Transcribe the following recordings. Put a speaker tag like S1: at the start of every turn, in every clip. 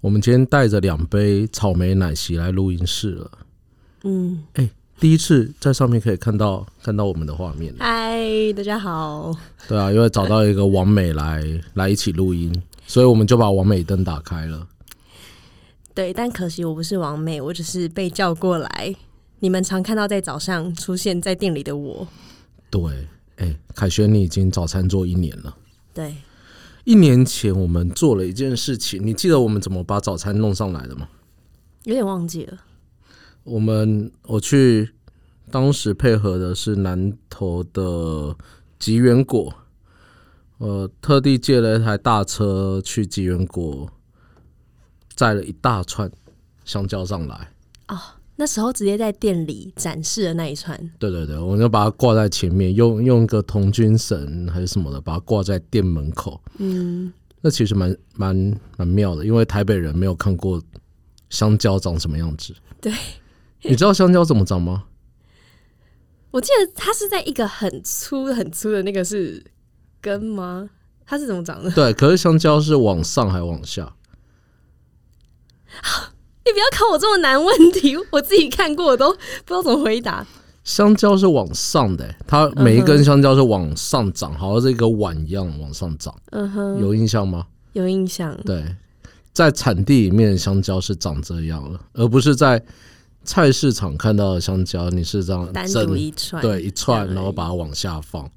S1: 我们今天带着两杯草莓奶昔来录音室了。
S2: 嗯，
S1: 哎、第一次在上面可以看到看到我们的画面了，
S2: 嗨，大家好。
S1: 对啊，因为找到一个王美来来一起录音，所以我们就把王美灯打开了。
S2: 对，但可惜我不是王妹，我只是被叫过来。你们常看到在早上出现在店里的我。
S1: 对，哎、凯旋，你已经早餐做一年了。
S2: 对，
S1: 一年前我们做了一件事情，你记得我们怎么把早餐弄上来的吗？
S2: 有点忘记了。
S1: 我们我去当时配合的是南投的吉源果，呃，特地借了一台大车去吉源果，载了一大串香蕉上来。
S2: 哦那时候直接在店里展示的那一串，
S1: 对对对，我们就把它挂在前面，用用一个铜军绳还是什么的，把它挂在店门口。
S2: 嗯，
S1: 那其实蛮蛮蛮妙的，因为台北人没有看过香蕉长什么样子。
S2: 对，
S1: 你知道香蕉怎么长吗？
S2: 我记得它是在一个很粗很粗的那个是根吗？它是怎么 长的？
S1: 对，可是香蕉是往上还往下？
S2: 你不要考我这么难问题，我自己看过我都不知道怎么回答。
S1: 香蕉是往上的、欸它每一根香蕉是往上长，好像这个碗一样往上长，
S2: 嗯哼，
S1: 有印象吗？
S2: 有印象。
S1: 对，在产地里面的香蕉是长这样的，而不是在菜市场看到的香蕉，你是这样
S2: 单
S1: 整
S2: 独一串，
S1: 对一串，然后把它往下放。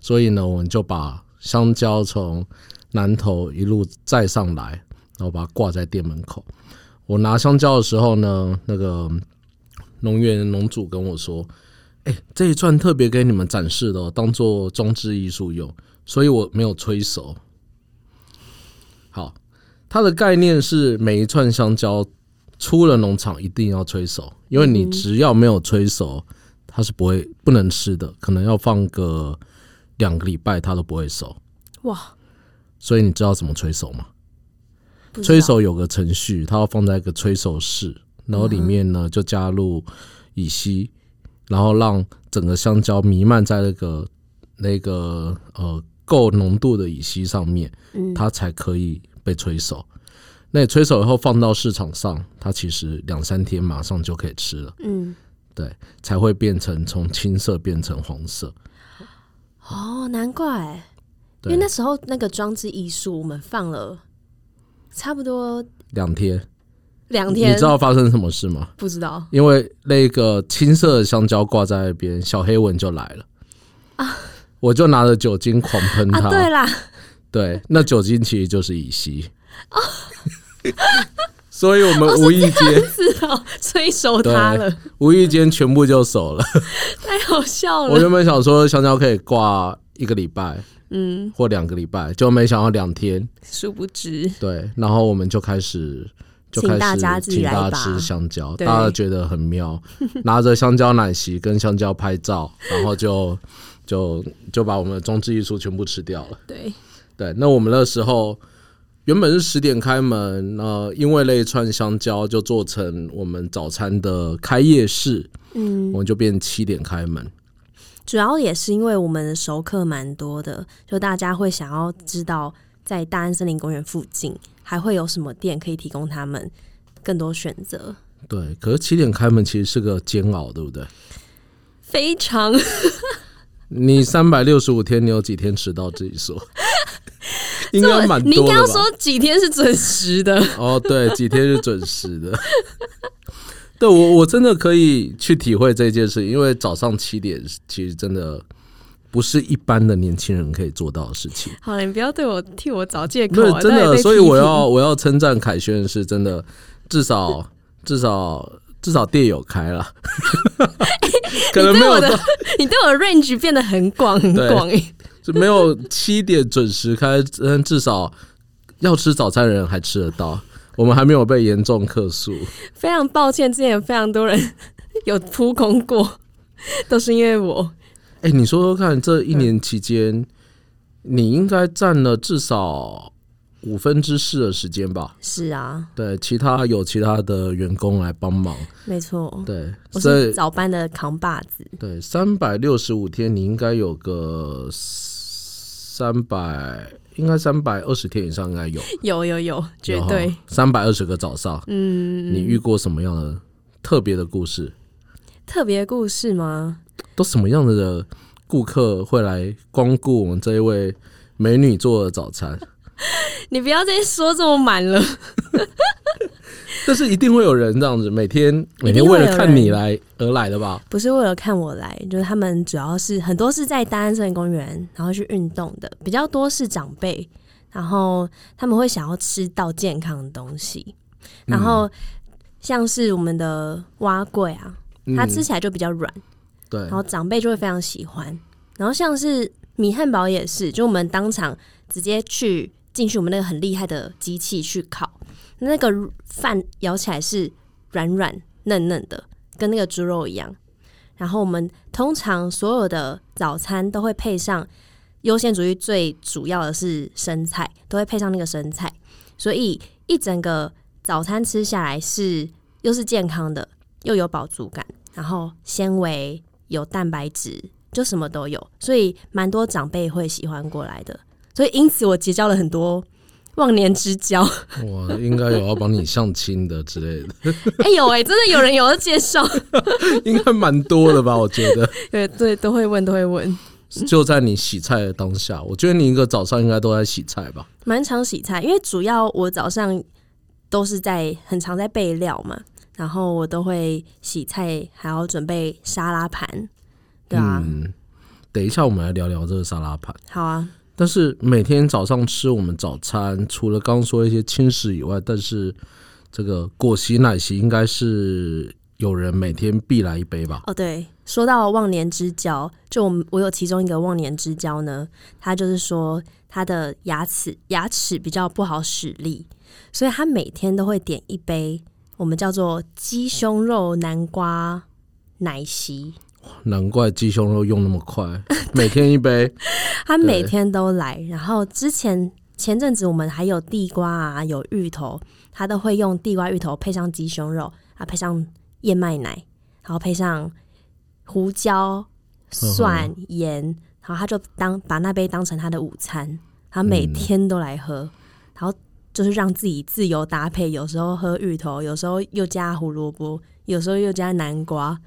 S1: 所以呢，我们就把香蕉从南头一路载上来，然后把它挂在店门口。我拿香蕉的时候呢，那个农园农主跟我说：“哎、这一串特别给你们展示的、哦，当做装置艺术用，所以我没有催熟。”好，它的概念是每一串香蕉出了农场一定要催熟，因为你只要没有催熟，它是不会不能吃的，可能要放个两个礼拜它都不会熟。
S2: 哇，
S1: 所以你知道怎么催熟吗？
S2: 不知道
S1: 催熟有个程序，它要放在一个催熟室，然后里面呢就加入乙烯，然后让整个香蕉弥漫在那个那个呃够浓度的乙烯上面，
S2: 嗯
S1: 它才可以被催熟。那你催熟以后放到市场上，它其实两三天马上就可以吃了，
S2: 嗯。
S1: 才会变成从青色变成黄色。
S2: 哦，难怪，因
S1: 对
S2: 为那时候那个装置艺术，我们放了差不多
S1: 两天，
S2: 两
S1: 你
S2: 天，
S1: 知道发生什么事吗？
S2: 不知道？
S1: 因为那个青色的香蕉挂在那边，小黑蚊就来了啊！我就拿着酒精狂喷它、
S2: 啊，对啦，
S1: 对那酒精其实就是乙烯所以我们无意间、
S2: 是哦，催熟它了，
S1: 无意间全部就熟 了。
S2: 太好笑
S1: 我
S2: 了。
S1: 原本想说香蕉可以挂一个礼拜
S2: 嗯，
S1: 或两个礼拜，就没想到两天。
S2: 殊不知，
S1: 对，然后我们就开始。就
S2: 请
S1: 开始
S2: 大家自己
S1: 请
S2: 来
S1: 大家
S2: 吧
S1: 吃香蕉，
S2: 对
S1: 大家觉得很 妙，拿着香蕉奶昔跟香蕉拍照，然后就就就把我们的装置艺术全部吃掉了。
S2: 对，
S1: 对，那我们那时候原本是十点开门，呃，因为那一串香蕉就做成我们早餐的开业式，
S2: 嗯，
S1: 我们就变七点开门。
S2: 主要也是因为我们的熟客蛮多的，就大家会想要知道在大安森林公园附近还会有什么店可以提供他们更多选择，
S1: 对，可是七点开门其实是个煎熬，对不对？
S2: 非常
S1: 你三百六十五天，你有几天迟到？自己 说，应
S2: 这
S1: 该
S2: 么
S1: 蛮
S2: 你应
S1: 多
S2: 该
S1: 的
S2: 要
S1: 吧？
S2: 说几天是准时的，
S1: 哦，对，几天是准时的。对我，我真的可以去体会这件事，因为早上七点其实真的不是一般的年轻人可以做到的事 情。
S2: 好了，你不要对我替我找借口
S1: 不是
S2: 啊，
S1: 真
S2: 到底
S1: 的，
S2: 被
S1: 所以
S2: 批评
S1: 我要我要称赞凯旋是真的，至少至少至少店有开 了， 可能
S2: 你
S1: 没
S2: 对
S1: 有
S2: 我的
S1: 到
S2: 你对我的 range 变得很广很
S1: 对
S2: 广欸
S1: 就没有七点准时开，但至少要吃早餐的人还吃得到，我们还没有被严重客诉。
S2: 非常抱歉，之前有非常多人 有扑空过， 都是因为我。
S1: 哎、你说说看，这一年期间，你应该占了至少五分之四的时间吧？
S2: 是啊，
S1: 对，其他有其他的员工来帮忙。
S2: 没错，
S1: 对，
S2: 我
S1: 所
S2: 是
S1: 以
S2: 早班的扛把子。
S1: 对三百六十五天，你应该有个三百应该三百二十天以上应该有，
S2: 有有有，绝对。
S1: 三百二十个早上，
S2: 嗯，
S1: 你遇过什么样的特别的故事？
S2: 特别故事吗？
S1: 都什么样的顾客会来光顾我们这一位美女做的早 餐？
S2: 你不要再说这么满了。
S1: 但是一定会有人这样子，每天每
S2: 一定
S1: 天
S2: 会
S1: 为了
S2: 有
S1: 看你
S2: 人
S1: 来而来的吧？
S2: 不是为了看我来，就是他们主要是很多是在大安森林公园，然后去运动的，比较多是长辈，然后他们会想要吃到健康的东西，然后像是我们的蛙桂啊，
S1: 嗯
S2: 它吃起来就比较软，
S1: 对
S2: 然，后长辈就会非常喜欢。然后像是米汉堡也是，就我们当场直接去进去我们那个很厉害的机器去烤，那个饭咬起来是软软嫩嫩的，跟那个猪肉一样。然后我们通常所有的早餐都会配上优先主义最主要的是生菜，都会配上那个生菜，所以一整个早餐吃下来是又是健康的，又有饱足感，然后纤维有蛋白质，就什么都有，所以蛮多长辈会喜欢过来的。所以因此我结交了很多忘年之交。
S1: 我应该有要帮你相亲的之类的，
S2: 哎、有哎、真的有人有要介绍，
S1: 应该蛮多的吧？我觉得，
S2: 对对，都会问，都会问，
S1: 就在你洗菜的当下，我觉得你一个早上应该都在洗菜吧？
S2: 蛮常洗菜，因为主要我早上都是在很常在备料嘛，然后我都会洗菜，还要准备沙拉盘，对啊，
S1: 嗯，等一下我们来聊聊这个沙拉盘。
S2: 好啊，
S1: 但是每天早上吃我们早餐，除了刚说一些轻食以外，但是这个果昔、奶昔应该是有人每天必来一杯吧？
S2: 哦对，说到忘年之交，就我们我有其中一个忘年之交呢，他就是说他的牙齿牙齿比较不好使力，所以他每天都会点一杯我们叫做鸡胸肉南瓜奶昔。
S1: 难怪鸡胸肉用那么快，每天一杯。
S2: 他每
S1: 对
S2: 天都来。然后之前前阵子我们还有地瓜啊，有芋头，他都会用地瓜芋头配上鸡胸肉啊，配上燕麦奶，然后配上胡椒、蒜、盐，然后他就当把那杯当成他的午餐，他每天都来喝，然后就是让自己自由搭配，有时候喝芋头，有时候又加胡萝卜，有时候又加南瓜，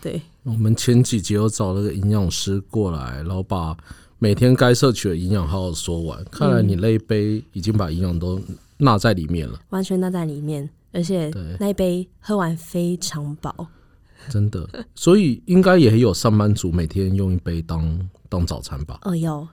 S2: 对。
S1: 我们前几集有找那个营养师过来，然后把每天该摄取的营养好好说完。看来你那一杯已经把营养都纳在里面了，
S2: 完全纳在里面，而且
S1: 对
S2: 那一杯喝完非常饱。
S1: 真的。所以应该也有上班族每天用一杯当当早餐吧？
S2: 哦哟，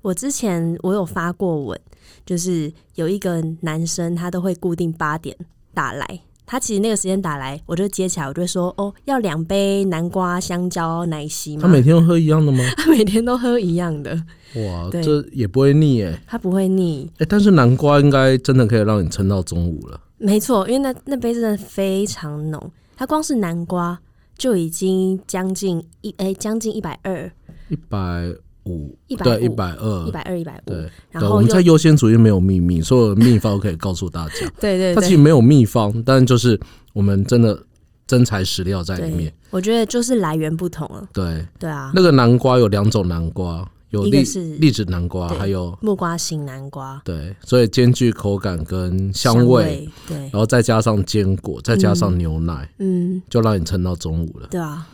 S2: 我之前我有发过文，就是有一个男生他都会固定八点打来，他其实那个时间打来，我就接起来，我就说哦，要两杯南瓜香蕉奶昔
S1: 他
S2: 嘛。
S1: 每天都喝一样的吗？
S2: 他每天都喝一样的，
S1: 哇，
S2: 对
S1: 这也不会腻哎、
S2: 他不会腻。
S1: 哎、但是南瓜应该真的可以让你撑到中午了。
S2: 没错，因为那那杯真的非常浓，它光是南瓜就已经将近一哎将近一百二，
S1: 一百五，
S2: 150
S1: 对，一百
S2: 一
S1: 二，
S2: 百二一百五，
S1: 对。
S2: 然
S1: 对，我
S2: 后
S1: 们
S2: 又
S1: 在优先主义没有秘密，所有的秘方可以告诉大家。
S2: 对对
S1: 它其实
S2: 对
S1: 没有秘方，但就是我们真的真材实料在里
S2: 对
S1: 面。，
S2: 我觉得就是来源不同了。
S1: 对，
S2: 对啊，
S1: 那个南瓜有两种南瓜，有
S2: 一个
S1: 栗
S2: 是
S1: 栗子南瓜，
S2: 对
S1: 还有
S2: 木瓜型南瓜
S1: 对，所以兼具口感跟香味，
S2: 味，对
S1: 然，后再加上坚果，再加上牛奶，
S2: 嗯，
S1: 就让你撑到中午了。
S2: 对啊，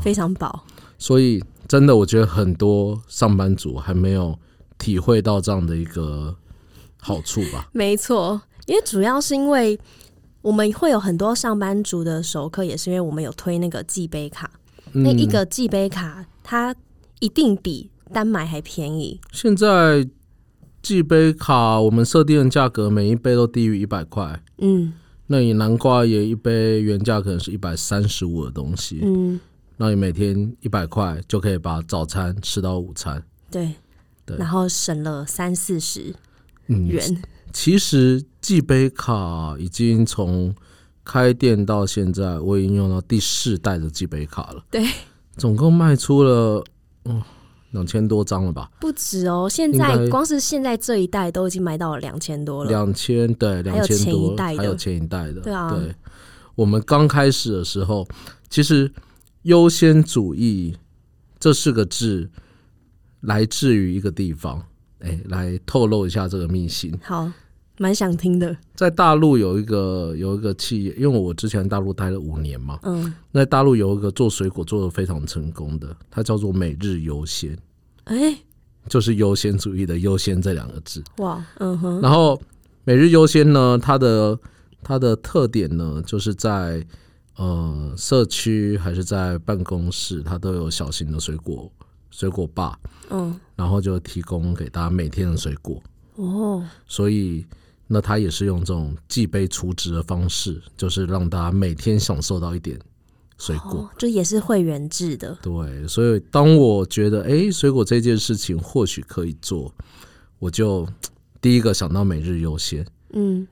S2: 非常饱。
S1: 所以真的，我觉得很多上班族还没有体会到这样的一个好处吧。
S2: 没错，因为主要是因为我们会有很多上班族的熟客，也是因为我们有推那个寄杯卡，
S1: 嗯
S2: 那一个寄杯卡它一定比单买还便宜，
S1: 现在寄杯卡，我们设定的价格每一杯都低于一百块。
S2: 嗯
S1: 那你南瓜也一杯原价可能是一百三十五的东西，
S2: 嗯，
S1: 那你每天一百块就可以把早餐吃到午餐。
S2: 对，
S1: 对
S2: 然后省了三四十
S1: 嗯，
S2: 元，
S1: 其实寄杯卡已经从开店到现在，我已经用到第四代的寄杯卡了。
S2: 对，
S1: 总共卖出了哦两千多张了吧？
S2: 不止哦。现
S1: 应
S2: 在
S1: 该
S2: 光是现在这一代都已经买到了两千多了，
S1: 两千对
S2: 还有
S1: 两千
S2: 前
S1: 多
S2: 一代，的
S1: 还有前一代的，
S2: 对啊
S1: 我们刚开始的时候，其实优先主义这四个字来自于一个地方，哎、来透露一下这个秘辛。
S2: 好，蛮想听的。
S1: 在大陆有一个有一个企业，因为我之前在大陆待了五年嘛，
S2: 嗯，
S1: 那大陆有一个做水果做的非常成功的，它叫做每日优先，
S2: 哎、
S1: 就是优先主义的优先这两个字。
S2: 哇，嗯哼，
S1: 然后每日优先呢，它的它的特点呢，就是在呃社区还是在办公室，它都有小型的水果水果吧，
S2: 嗯，
S1: 然后就提供给大家每天的水果。
S2: 哦，
S1: 所以那他也是用这种寄杯除职的方式，就是让大家每天享受到一点水果。
S2: 哦，就也是会员制的，
S1: 对，所以当我觉得诶水果这件事情或许可以做，我就第一个想到每日优先，
S2: 嗯，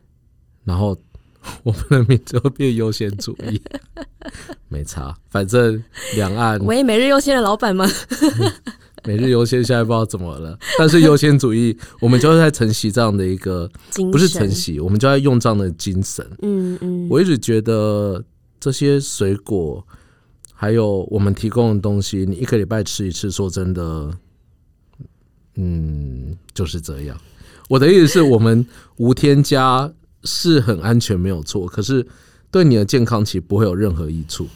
S1: 然后我们的名字会变优先主 义，没差，反正两岸
S2: 喂，每日优先的老板吗？
S1: 每日优先现在不知道怎么了，但是优先主义，我们就是在承袭这样的一个，
S2: 精
S1: 不是
S2: 神
S1: 承袭，我们就在用这样的精神。
S2: 嗯嗯，
S1: 我一直觉得这些水果，还有我们提供的东西，你一个礼拜吃一次，说真的，嗯，就是这样。我的意思是我们无添加是很安全，没有错，可是对你的健康其实不会有任何益处。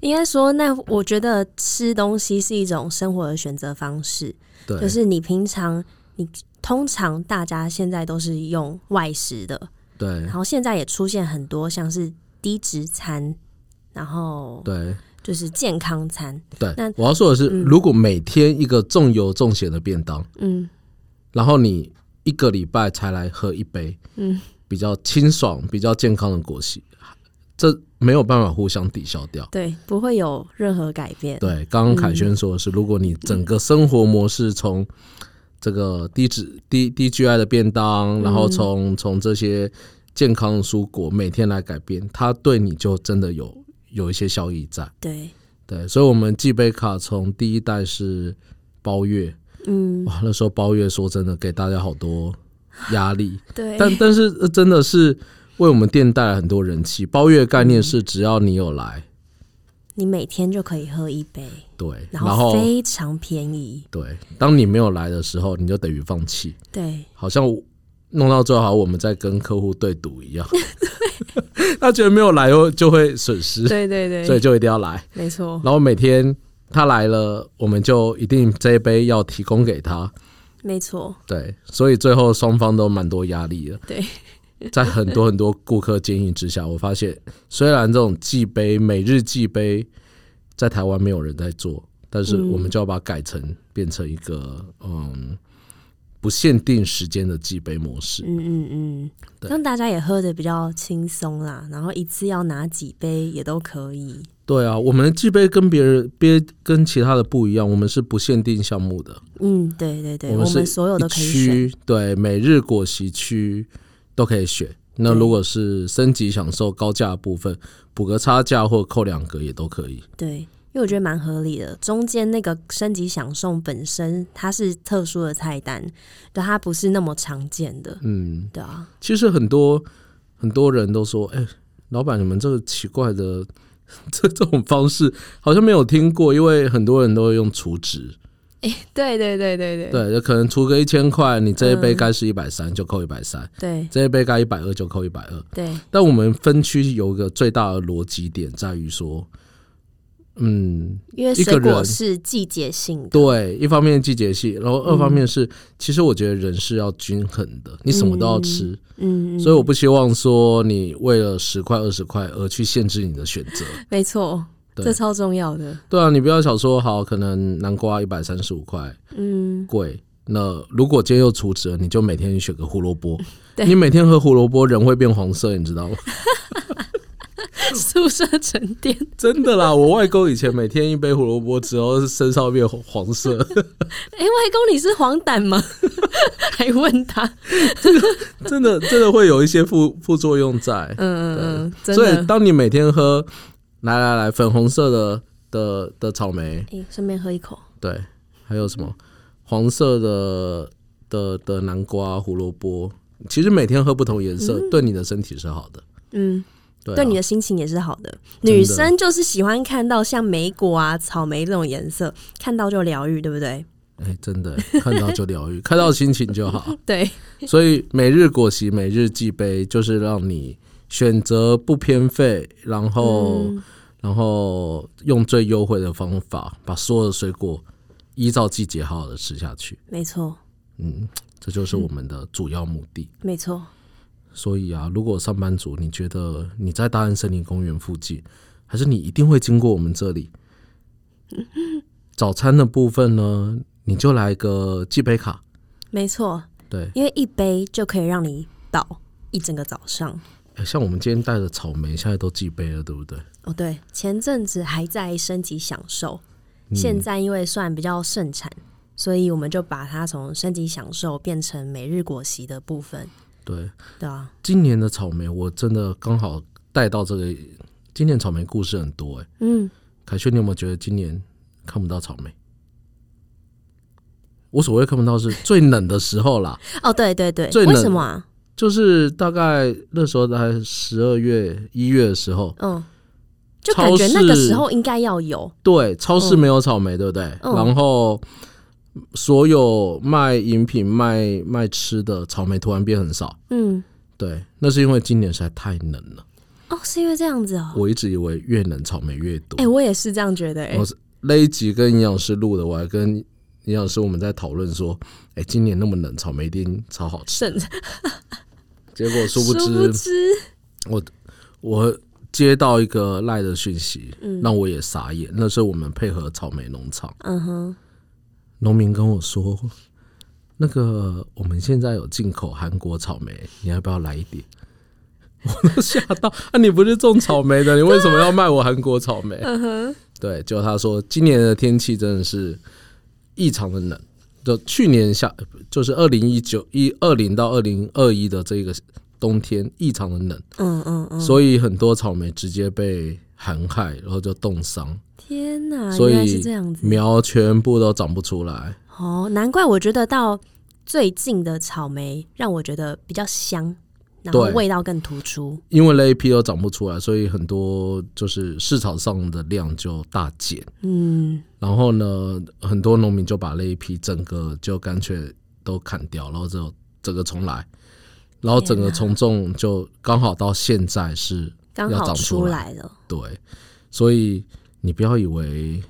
S2: 应该说，那我觉得吃东西是一种生活的选择方式，
S1: 对，
S2: 就是你平常你通常大家现在都是用外食的，
S1: 对
S2: 然，后现在也出现很多像是低脂餐，然后
S1: 对，
S2: 就是健康餐，那
S1: 对。我要说的是，
S2: 嗯
S1: 如果每天一个重油重咸的便当，
S2: 嗯
S1: 然后你一个礼拜才来喝一杯，
S2: 嗯，
S1: 比较清爽、比较健康的果昔，这没有办法互相抵消掉。
S2: 对，不会有任何改变，
S1: 对，刚刚凯旋说的
S2: 嗯
S1: 是，如果你整个生活模式从这个低脂、低低 GI 的便
S2: 嗯
S1: 当，然后从从这些健康的蔬果每天来改变，它对你就真的有有一些效益在。
S2: 对，
S1: 对，所以，我们寄杯卡从第一代是包月，
S2: 嗯
S1: 哇，那时候包月说真的给大家好多压力，
S2: 对，
S1: 但但是呃真的是为我们店带来很多人气。包月的概念是只要你有来，
S2: 你每天就可以喝一杯，
S1: 对，
S2: 然
S1: 然后
S2: 后非常便宜，
S1: 对，当你没有来的时候，你就等于放弃，
S2: 对，
S1: 好像我弄到最后好像我们在跟客户对赌一样。 他觉得没有来又就会损失，
S2: 对对
S1: 所以，就一定要来。
S2: 没错，
S1: 然后每天他来了，我们就一定这一杯要提供给他。
S2: 没错，
S1: 对，所以最后双方都蛮多压力的。
S2: 对，
S1: 在很多很多顾客建议之下，我发现虽然这种寄杯每日寄杯在台湾没有人在做，但是我们就要把它改成变成一个嗯不限定时间的寄杯模式。
S2: 嗯嗯嗯，
S1: 对
S2: 让大家也喝的比较轻松啦，然后一次要拿几杯也都可以，
S1: 对啊，我们的寄杯跟别人别跟其他的不一样，我们是不限定项目的，
S2: 嗯，对对对，我
S1: 们是
S2: 所有都
S1: 一
S2: 可以选，
S1: 区对每日果昔区都可以选。那
S2: 对
S1: 如果是升级享受高价的部分，补个差价或扣两格也都可以。
S2: 对，因为我觉得蛮合理的。中间那个升级享受本身它是特殊的菜单，对，它不是那么常见的，
S1: 嗯，
S2: 对啊，
S1: 其实很多很多人都说，哎、老板，你们这个奇怪的 这这种方式好像没有听过，因为很多人都会用储值，
S2: 对对对对
S1: 对，就可能出个一千块，你这一杯
S2: 嗯
S1: 该是一百三就扣一百三，
S2: 对
S1: 这一杯该一百二就扣一百二。
S2: 对，
S1: 但我们分区有一个最大的逻辑点在于说，嗯，
S2: 因为
S1: 一个
S2: 水果
S1: 人
S2: 是季节性的，
S1: 对，一方面季节性，然后二方面是，其实我觉得人是要均衡的，你什么都要吃，
S2: 嗯，嗯
S1: 所以我不希望说你为了十块二十块而去限制你的选择。
S2: 没错，
S1: 对
S2: 这超重要的，
S1: 对啊，你不要想说好，可能南瓜一百三十五块
S2: 嗯，
S1: 贵，那如果今天又除值了，你就每天选个胡萝卜。
S2: 对
S1: 你每天喝胡萝卜，人会变黄色，你知道吗？
S2: 宿舍沉淀，
S1: 真的啦，我外公以前每天一杯胡萝卜之后，身上变黄黄色。
S2: 哎、外公你是黄疸吗？ 还问他，
S1: 真的真的会有一些副副作用在。
S2: 嗯嗯嗯，真
S1: 所以
S2: 的。
S1: 当你每天喝，来来来，粉红色的的的草莓，
S2: 哎、顺便喝一口，
S1: 对，还有什么黄色的的的南瓜、胡萝卜，其实每天喝不同颜色，对你的身体是好的。
S2: 嗯，
S1: 对啊、
S2: 对你的心情也是好的。
S1: 真的
S2: 女生就是喜欢看到像莓果啊、草莓这种颜色，看到就疗愈，对不对？
S1: 哎、真的看到就疗愈， 看到心情就好。
S2: 对，
S1: 所以每日果昔，每日祭杯，就是让你选择不偏废，然
S2: 嗯
S1: 后、然后用最优惠的方法，把所有的水果依照季节好好的吃下去。
S2: 没错，
S1: 嗯，这就是我们的主要目的。
S2: 没错，
S1: 所以啊，如果上班族你觉得你在大安森林公园附近，还是你一定会经过我们这里。早餐的部分呢，你就来个寄杯卡，
S2: 没错，
S1: 对，
S2: 因为一杯就可以让你倒一整个早上。
S1: 哎像我们今天带的草莓，现在都寄杯了，对不对？
S2: 哦，对，前阵子还在升级享受，
S1: 嗯
S2: 现在因为算比较盛产，所以我们就把它从升级享受变成每日果昔的部分，
S1: 对，
S2: 对啊，
S1: 今年的草莓我真的刚好带到这个，今年草莓故事很多哎、
S2: 嗯，
S1: 凯旋，你有没有觉得今年看不到草莓？我所谓看不到是最冷的时候啦，
S2: 哦，对对对，
S1: 最冷
S2: 为什么啊？
S1: 就是大概那时候大概十二月、一月的时候，
S2: 嗯，就感觉那个时候应该要有，
S1: 对，超市没有草莓，对不对？
S2: 嗯
S1: 然后所有卖饮品、卖卖吃的草莓突然变很少，
S2: 嗯，
S1: 对，那是因为今年实在太冷了。
S2: 哦，是因为这样子哦，
S1: 我一直以为越冷草莓越多
S2: 哎、。我也是这样觉得、哎
S1: 我是那一集跟营养师录的，我还跟营养师我们在讨论说，哎、今年那么冷，草莓一定超好吃。
S2: 甚至
S1: 结果殊不
S2: 殊
S1: 知
S2: 不，知，
S1: 我接到一个赖的讯息，
S2: 嗯
S1: 让我也傻眼。那是我们配合草莓农场，
S2: 嗯哼，
S1: 农民跟我说，那个我们现在有进口韩国草莓，你要不要来一点？ 我都吓到，啊，你不是种草莓的，你为什么要卖我韩国草莓？
S2: 嗯哼，
S1: 对，就他说今年的天气真的是异常的冷，就去年夏就是二零一九一二零到二零二一的这个冬天异常的冷，
S2: 嗯嗯嗯，
S1: 所以很多草莓直接被寒害，然后就冻伤，
S2: 天哪，
S1: 所
S2: 原来是
S1: 以
S2: 这样子，
S1: 苗全部都长不出来。
S2: 哦，难怪我觉得到最近的草莓让我觉得比较香，然后
S1: 对
S2: 味道更突出。
S1: 因为那一批都长不出来，所以很多就是市场上的量就大减。
S2: 嗯，
S1: 然后呢，很多农民就把那一批整个就干脆都砍掉，然后就整个重来，然后整个从种就刚好到现在是
S2: 刚
S1: 要
S2: 好
S1: 长出
S2: 出来了。
S1: 对，所以你不要以为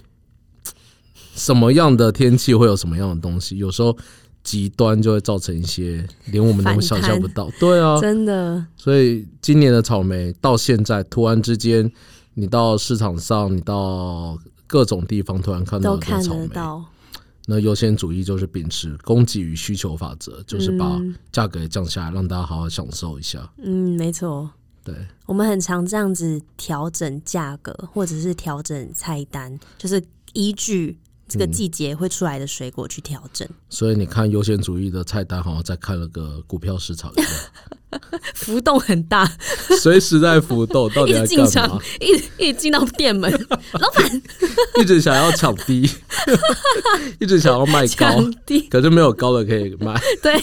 S1: 什么样的天气会有什么样的东西，有时候极端就会造成一些连我们都
S2: 反
S1: 想象
S2: 弹
S1: 不到，对啊，
S2: 真的，
S1: 所以今年的草莓到现在，突然之间，你到市场上，你到各种地方，突然看到
S2: 都
S1: 很多
S2: 看
S1: 草
S2: 得
S1: 莓。
S2: 到，
S1: 那优先主义就是秉持供给与需求法则，就是把
S2: 嗯
S1: 价格也降下来，让大家好好享受一下。
S2: 嗯，没错，
S1: 对，
S2: 我们很常这样子调整价格，或者是调整菜单，就是依据这个季节会出来的水果去调 整，
S1: 所以你看优先主义的菜单，好像在看了个股票市场一样，
S2: 浮动很大，
S1: 随时在浮动，到
S2: 一
S1: 底
S2: 直
S1: 在
S2: 进
S1: 干
S2: 场
S1: 嘛？，
S2: 一直一直进到店门，老板
S1: 一直想要抢低， 一直想要卖高，
S2: 降低，
S1: 可是没有高的可以卖。
S2: 对，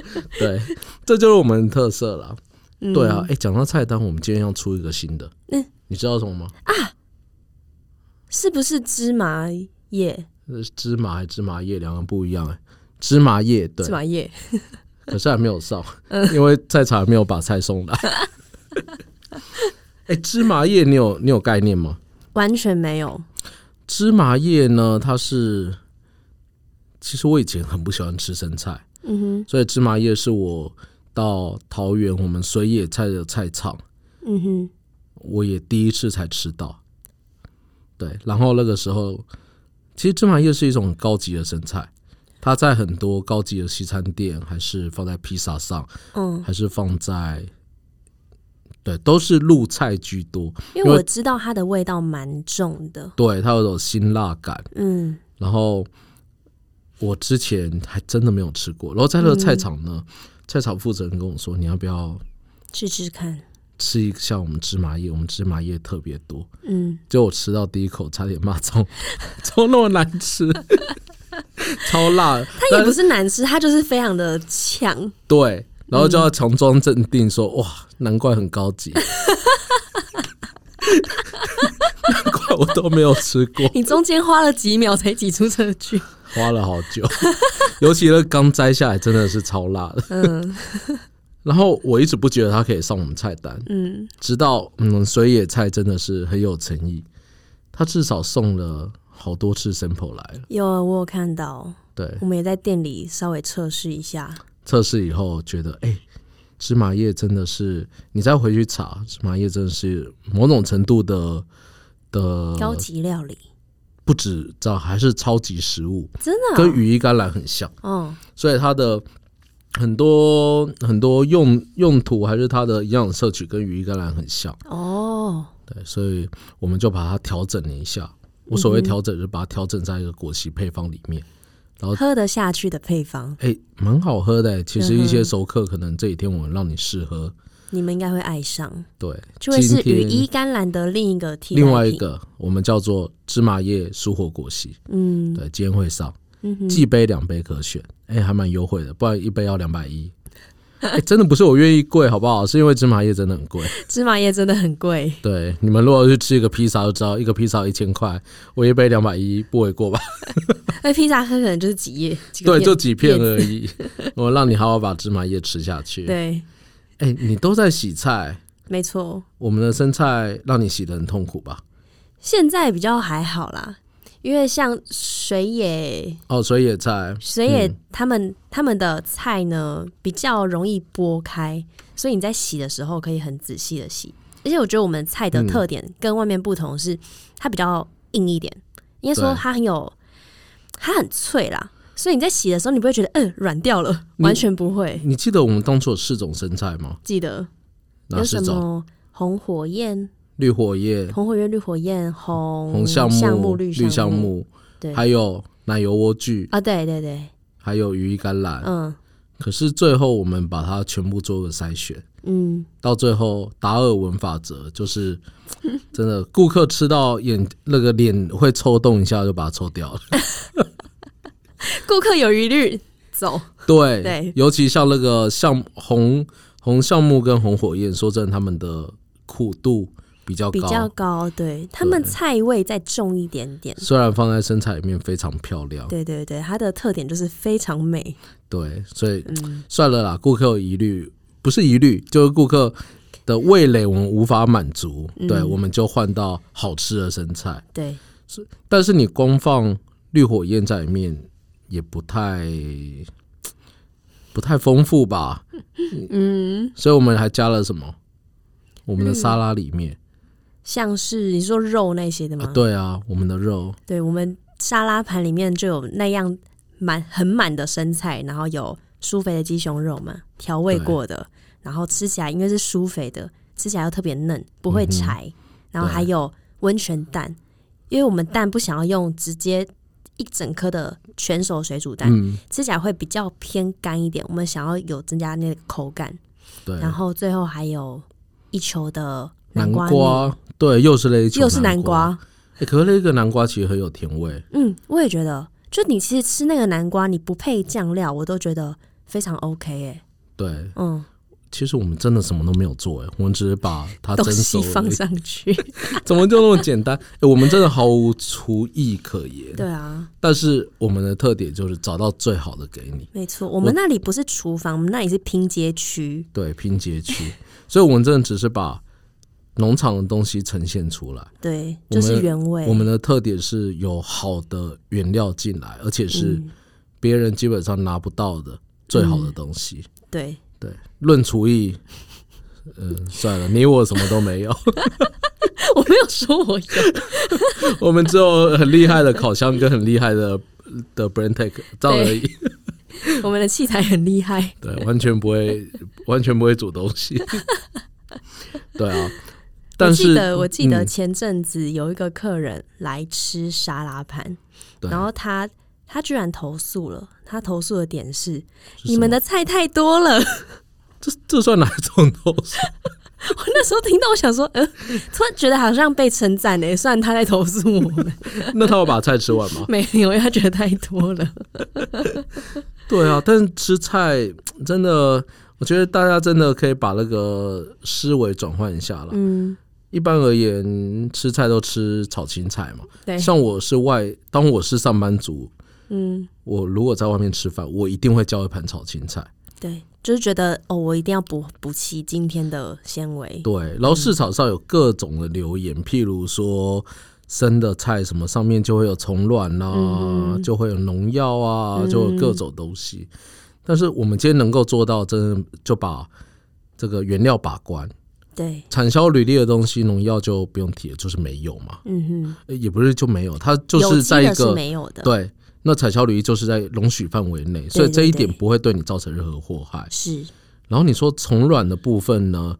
S1: 对，这就是我们的特色啦。
S2: 嗯
S1: 对啊，哎、讲到菜单，我们今天要出一个新的，
S2: 嗯
S1: 你知道什么吗？
S2: 是不是芝麻叶？
S1: 呃芝麻还芝麻叶两个不一样哎、芝麻叶对
S2: 芝，麻嗯叶，
S1: 可是还没有上，因为菜场还没有把菜送来。 哎、芝麻叶你有你有概念吗？
S2: 完全没有。
S1: 芝麻叶呢，它是，其实我以前很不喜欢吃生菜，
S2: 嗯
S1: 所以芝麻叶是我到桃园我们水野菜的菜场，
S2: 哼，嗯哼，
S1: 我也第一次才吃到。对，然后那个时候，其实芝麻叶是一种很高级的生菜，它在很多高级的西餐店，还是放在披萨上，
S2: 嗯，
S1: 还是放在，对，都是露菜居多。
S2: 因为我知道它的味道蛮重的。
S1: 对，它有种辛辣感。
S2: 嗯
S1: 然后我之前还真的没有吃过。然后在那个菜场呢，菜场负责人跟我说，你要不要
S2: 试试看。
S1: 吃一下我们芝麻叶？我们芝麻叶特别多。
S2: 嗯，
S1: 就我吃到第一口，差点骂 脏，怎么那么难吃， 超辣。
S2: 它也不是难吃，它就是非常的呛。
S1: 对，然后就要强装镇定说：“
S2: 嗯
S1: 哇，难怪很高级， 难怪我都没有吃过。
S2: 你中间花了几秒才挤出这句，”
S1: 花了好久，尤其那刚摘下来真的是超辣的。
S2: 嗯
S1: 然后我一直不觉得它可以上我们菜单，
S2: 嗯，
S1: 直到嗯水野菜真的是很有诚意，他至少送了好多次 sample 来了。
S2: 有我有看到，
S1: 对，
S2: 我们也在店里稍微测试一下，
S1: 测试以后觉得，哎、芝麻叶真的是，你再回去查，芝麻叶真的是某种程度的的
S2: 高级料理
S1: 不止这还是超级食物，
S2: 真的
S1: 跟
S2: 哦
S1: 羽衣甘蓝很像，
S2: 哦，
S1: 所以它的很多很多用用途还是它的营养摄取跟羽衣甘蓝很像，
S2: 哦，
S1: 对，所以我们就把它调整了一下。我所
S2: 嗯
S1: 谓调整，就是把它调整在一个果昔配方里面，
S2: 喝得下去的配方，
S1: 哎、蛮好喝的、其实一
S2: 嗯
S1: 些
S2: 哼
S1: 熟客可能这几天我们让你试喝，
S2: 你们应该会爱上，
S1: 对，
S2: 就会是
S1: 今
S2: 羽
S1: 天
S2: 衣甘蓝的另一个替代
S1: 另外一
S2: 品，
S1: 个我们叫做芝麻叶蔬火果昔，
S2: 嗯
S1: 对，今天会上，
S2: 嗯哼，
S1: 季杯两杯可选，哎、还蛮优惠的，不然一杯要两百一。 哎，真的不是我愿意贵，好不好？是因为芝麻叶真的很贵。
S2: 芝麻叶真的很贵，
S1: 对，你们如果去吃一个披萨，就知道一个披萨一千块，我一杯两百一，不为过吧？
S2: 那披萨喝可能就是几叶，几个
S1: 对，
S2: 叶
S1: 就几片
S2: 叶子
S1: 而已。我让你好好把芝麻叶吃下去。
S2: 对，
S1: 哎，你都在洗菜，
S2: 没错，
S1: 我们的生菜让你洗得很痛苦吧？
S2: 现在比较还好啦，因为像水野
S1: 哦，所以野菜，
S2: 水野、
S1: 嗯
S2: 他们他们的菜呢比较容易剥开，所以你在洗的时候可以很仔细的洗。而且我觉得我们菜的
S1: 嗯
S2: 特点跟外面不同是，它比较硬一点，应该说
S1: 对
S2: 它很有，它很脆啦。所以你在洗的时候，你不会觉得嗯软掉了，完全不会。
S1: 你记得我们当初有四种生菜吗？
S2: 记得
S1: 哪
S2: 有
S1: 四
S2: 什
S1: 种？
S2: 么红火焰、
S1: 绿火叶、
S2: 红火焰、绿火焰、红
S1: 红橡
S2: 木、
S1: 绿
S2: 绿
S1: 橡
S2: 木
S1: 木，
S2: 对
S1: 还有奶油莴苣，
S2: 啊，对对对，
S1: 还有羽衣甘蓝。
S2: 嗯
S1: 可是最后我们把它全部做个筛选，
S2: 嗯，
S1: 到最后达尔文法则就是真的，顾客吃到眼那个脸会抽动一下，就把它抽掉 了。
S2: 顾客有疑虑，走。
S1: 对，
S2: 对
S1: 尤其像那个像红红橡木跟红火焰，说真的，他们的苦度比较
S2: 比
S1: 高，哦
S2: 较高，对他们菜味再重一点点。
S1: 虽然放在生菜里面非常漂亮。
S2: 对对对，它的特点就是非常美。
S1: 对，所以、
S2: 嗯
S1: 算了啦，顾客有疑虑不是疑虑，就是顾客的味蕾我们无法满足，
S2: 嗯
S1: 对，我们就换到好吃的生菜。
S2: 对，
S1: 但是你光放绿火焰在里面也不太不太丰富吧？嗯，所以我们还加了什么？我们的沙拉里面、
S2: 像是你说肉那些的
S1: 啊，
S2: 吗？
S1: 对啊，我们的肉，
S2: 对我们沙拉盘里面就有那样满很满的生菜，然后有酥肥的鸡胸肉嘛，调味过的，然后吃起来因为是酥肥的，吃起来又特别嫩，不
S1: 嗯
S2: 会柴，然后还有温泉蛋，因为我们蛋不想要用直接一整颗的全熟水煮蛋，
S1: 嗯，
S2: 吃起来会比较偏干一点，我们想要有增加那个口感，
S1: 对，
S2: 然后最后还有一球的
S1: 南
S2: 瓜，
S1: 瓜，对，又是那一球
S2: 又是南
S1: 瓜，
S2: 瓜，
S1: 欸可是那个南瓜其实很有甜味，
S2: 嗯，我也觉得，就你其实吃那个南瓜，你不配酱料，我都觉得非常 OK 哎、
S1: 对，
S2: 嗯，
S1: 其实我们真的什么都没有做，哎，我们只是把它
S2: 东
S1: 蒸啊熟
S2: 西
S1: 而
S2: 放
S1: 已，
S2: 上去，
S1: 怎么就那么简单？哎，我们真的毫无厨艺可言。
S2: 对啊，
S1: 但是我们的特点就是找到最好的给你，
S2: 没错，我们那里不是厨房，我们那里是拼接区，
S1: 对，拼接区。 所以我们真的只是把农场的东西呈现出来。
S2: 对，
S1: 我
S2: 就
S1: 们
S2: 是原味，
S1: 我们的特点是有好的原料进来，而且是
S2: 嗯
S1: 别人基本上拿不到的最好的东西。
S2: 对，
S1: 对，论厨艺，嗯，算了，你我什么都没有。
S2: 我没有说我有，
S1: 我们只有很厉害的烤箱跟很厉害的的 brain tech 这样而已，
S2: 我们的器材很厉害，
S1: 对，完全不会，完全不会煮东 西。对啊，但
S2: 我记
S1: 是
S2: 得我记得
S1: 嗯
S2: 前阵子有一个客人来吃沙拉盘，
S1: 对
S2: 然后他他居然投诉了，他投诉的点是
S1: 是
S2: 你
S1: 什么
S2: 们的菜太多了。我
S1: 这这算哪一种东西？
S2: 那时候听到，我想说，嗯、 突然觉得好像被称赞呢。虽然他在投诉我 们，
S1: 那他要把菜吃 完吗？
S2: 没有，因为他觉得太多了。
S1: 对啊，但是吃菜真的，我觉得大家真的可以把那个思维转换一下了。
S2: 嗯，
S1: 一般而言，吃菜都吃炒青菜嘛，
S2: 对，
S1: 像我是外，当我是上班族，
S2: 嗯，
S1: 我如果在外面吃饭，我一定会叫一盘炒青菜。
S2: 对，就是觉得哦，我一定要补补齐今天的纤维。
S1: 对，然后市场上有各种的留言，譬如说生的菜什么上面就会有虫卵啦、
S2: 嗯
S1: 就会有农药啊，就有各种东西。但是我们今天能够做到，真的就把这个原料把关，
S2: 对，
S1: 产销履历的东西，农药就不用提了，就是没有嘛，
S2: 嗯
S1: 呃也不是就没有，它
S2: 哼，
S1: 就
S2: 有
S1: 是
S2: 机
S1: 在一
S2: 的是
S1: 个
S2: 没有的，
S1: 对。那产销履历就是在容许范围内，所以
S2: 对
S1: 这一
S2: 对
S1: 点不会对你造成任何祸害。
S2: 是，
S1: 然后你说虫卵的部分呢，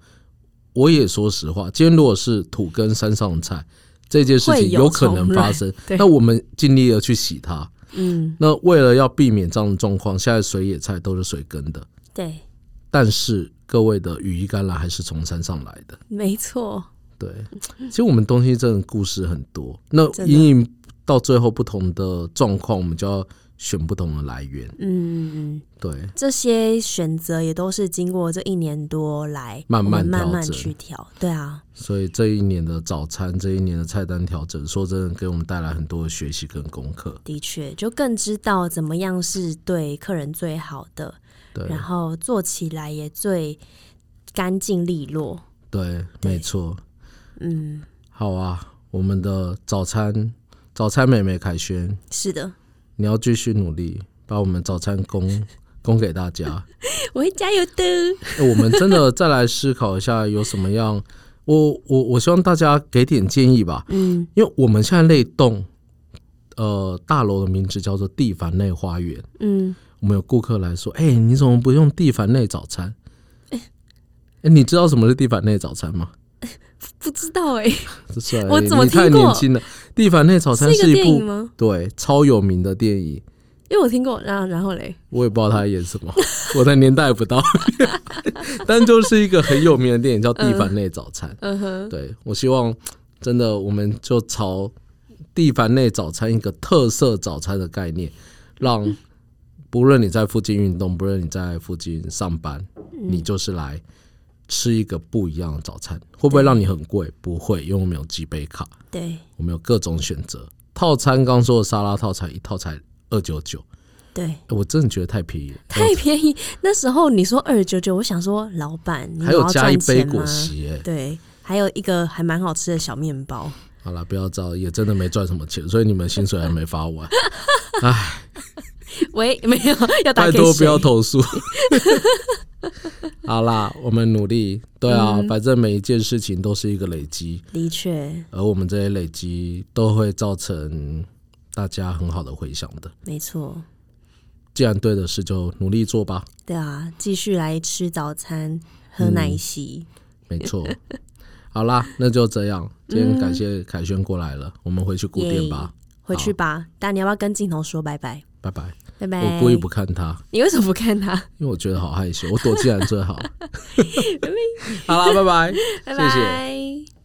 S1: 我也说实话，今天如果是土跟山上的菜，这件事
S2: 会
S1: 情
S2: 有
S1: 有可能发生
S2: 对，
S1: 那我们尽力的去洗它。
S2: 嗯，
S1: 那为了要避免这样的状况，现在水野菜都是水耕的，
S2: 对，
S1: 但是各位的羽衣甘蓝还是从山上来的。
S2: 没错，
S1: 对，其实我们东西真的故事很多，那
S2: 真的
S1: 因应到最后不同的状况，我们就要选不同的来源。
S2: 嗯，嗯
S1: 对，
S2: 这些选择也都是经过这一年多来
S1: 慢慢
S2: 我们慢慢
S1: 调整
S2: 去调，对啊，
S1: 所以这一年的早餐，这一年的菜单调整，说真的，给我们带来很多的学习跟功课。
S2: 的确，就更知道怎么样是对客人最好的，
S1: 对
S2: 然后做起来也最干净利落。
S1: 对，
S2: 对
S1: 没错。
S2: 嗯，
S1: 好啊，我们的早餐，早餐妹妹凯旋，
S2: 是 的，
S1: 你要继续努力，把我们早餐 供供给大家。
S2: 我会加油的。
S1: 欸我们真的再来思考一下，有什么样？我我我希望大家给点建议吧，
S2: 嗯，
S1: 因为我们现在那栋呃大楼的名字叫做地凡内花园。
S2: 嗯，
S1: 我们有顾客来说：“哎、你怎么不用地凡内早餐？”哎、你知道什么是地凡内早餐吗？
S2: 不知道哎、
S1: 这是
S2: 我怎么
S1: 你太
S2: 听过
S1: 年轻了。地凡内早餐
S2: 是一
S1: 一
S2: 个电影
S1: 部
S2: 吗？
S1: 对超有名的电影，
S2: 因为我听过，然后然后嘞，
S1: 我也不知道他在演什么， 我的年代也不到， 但就是一个很有名的电影叫《地凡内早餐》。
S2: 嗯哼，
S1: 对我希望真的我们就朝地凡内早餐一个特色早餐的概念，让不论你在附近运动，不论你在附近上班，
S2: 嗯
S1: 你就是来吃一个不一样的早餐。会不会让你很贵？不会，因为我们有几杯卡，
S2: 对
S1: 我们有各种选择。套餐刚说的沙拉套餐一套才二九九，
S2: 对，
S1: 哎我真的觉得太便宜了。
S2: 太便宜。那时候你说二十九九，我想说老板，你
S1: 还有
S2: 有要
S1: 加一
S2: 赚
S1: 杯
S2: 钱吗
S1: 果？昔、哎，
S2: 对，还有一个还蛮好吃的小面 包。
S1: 好了，不要造，也真的没赚什么钱，所以你们薪水还没发 完。
S2: 喂，没有要打
S1: 拜
S2: 给
S1: 托不
S2: 谁
S1: 要投诉。 好啦，我们努力。对啊，
S2: 嗯
S1: 反正每一件事情都是一个累积，
S2: 的确，
S1: 而我们这些累积都会造成大家很好的回响的。
S2: 没错。
S1: 既然对的事，就努力做吧。
S2: 对啊，继续来吃早餐，喝
S1: 嗯
S2: 奶昔。
S1: 没 错。好啦，那就这样。今天
S2: 嗯
S1: 感谢凯轩过来了，我们回去古典吧。
S2: 回去吧，但你要不要跟镜头说拜拜？
S1: 拜拜。
S2: 拜拜。
S1: 我故意不，看他，
S2: 你为什么不看他？
S1: 因为我觉得 好害羞，我躲进来最好。好啦，拜拜。
S2: 拜
S1: 谢
S2: 拜。
S1: 谢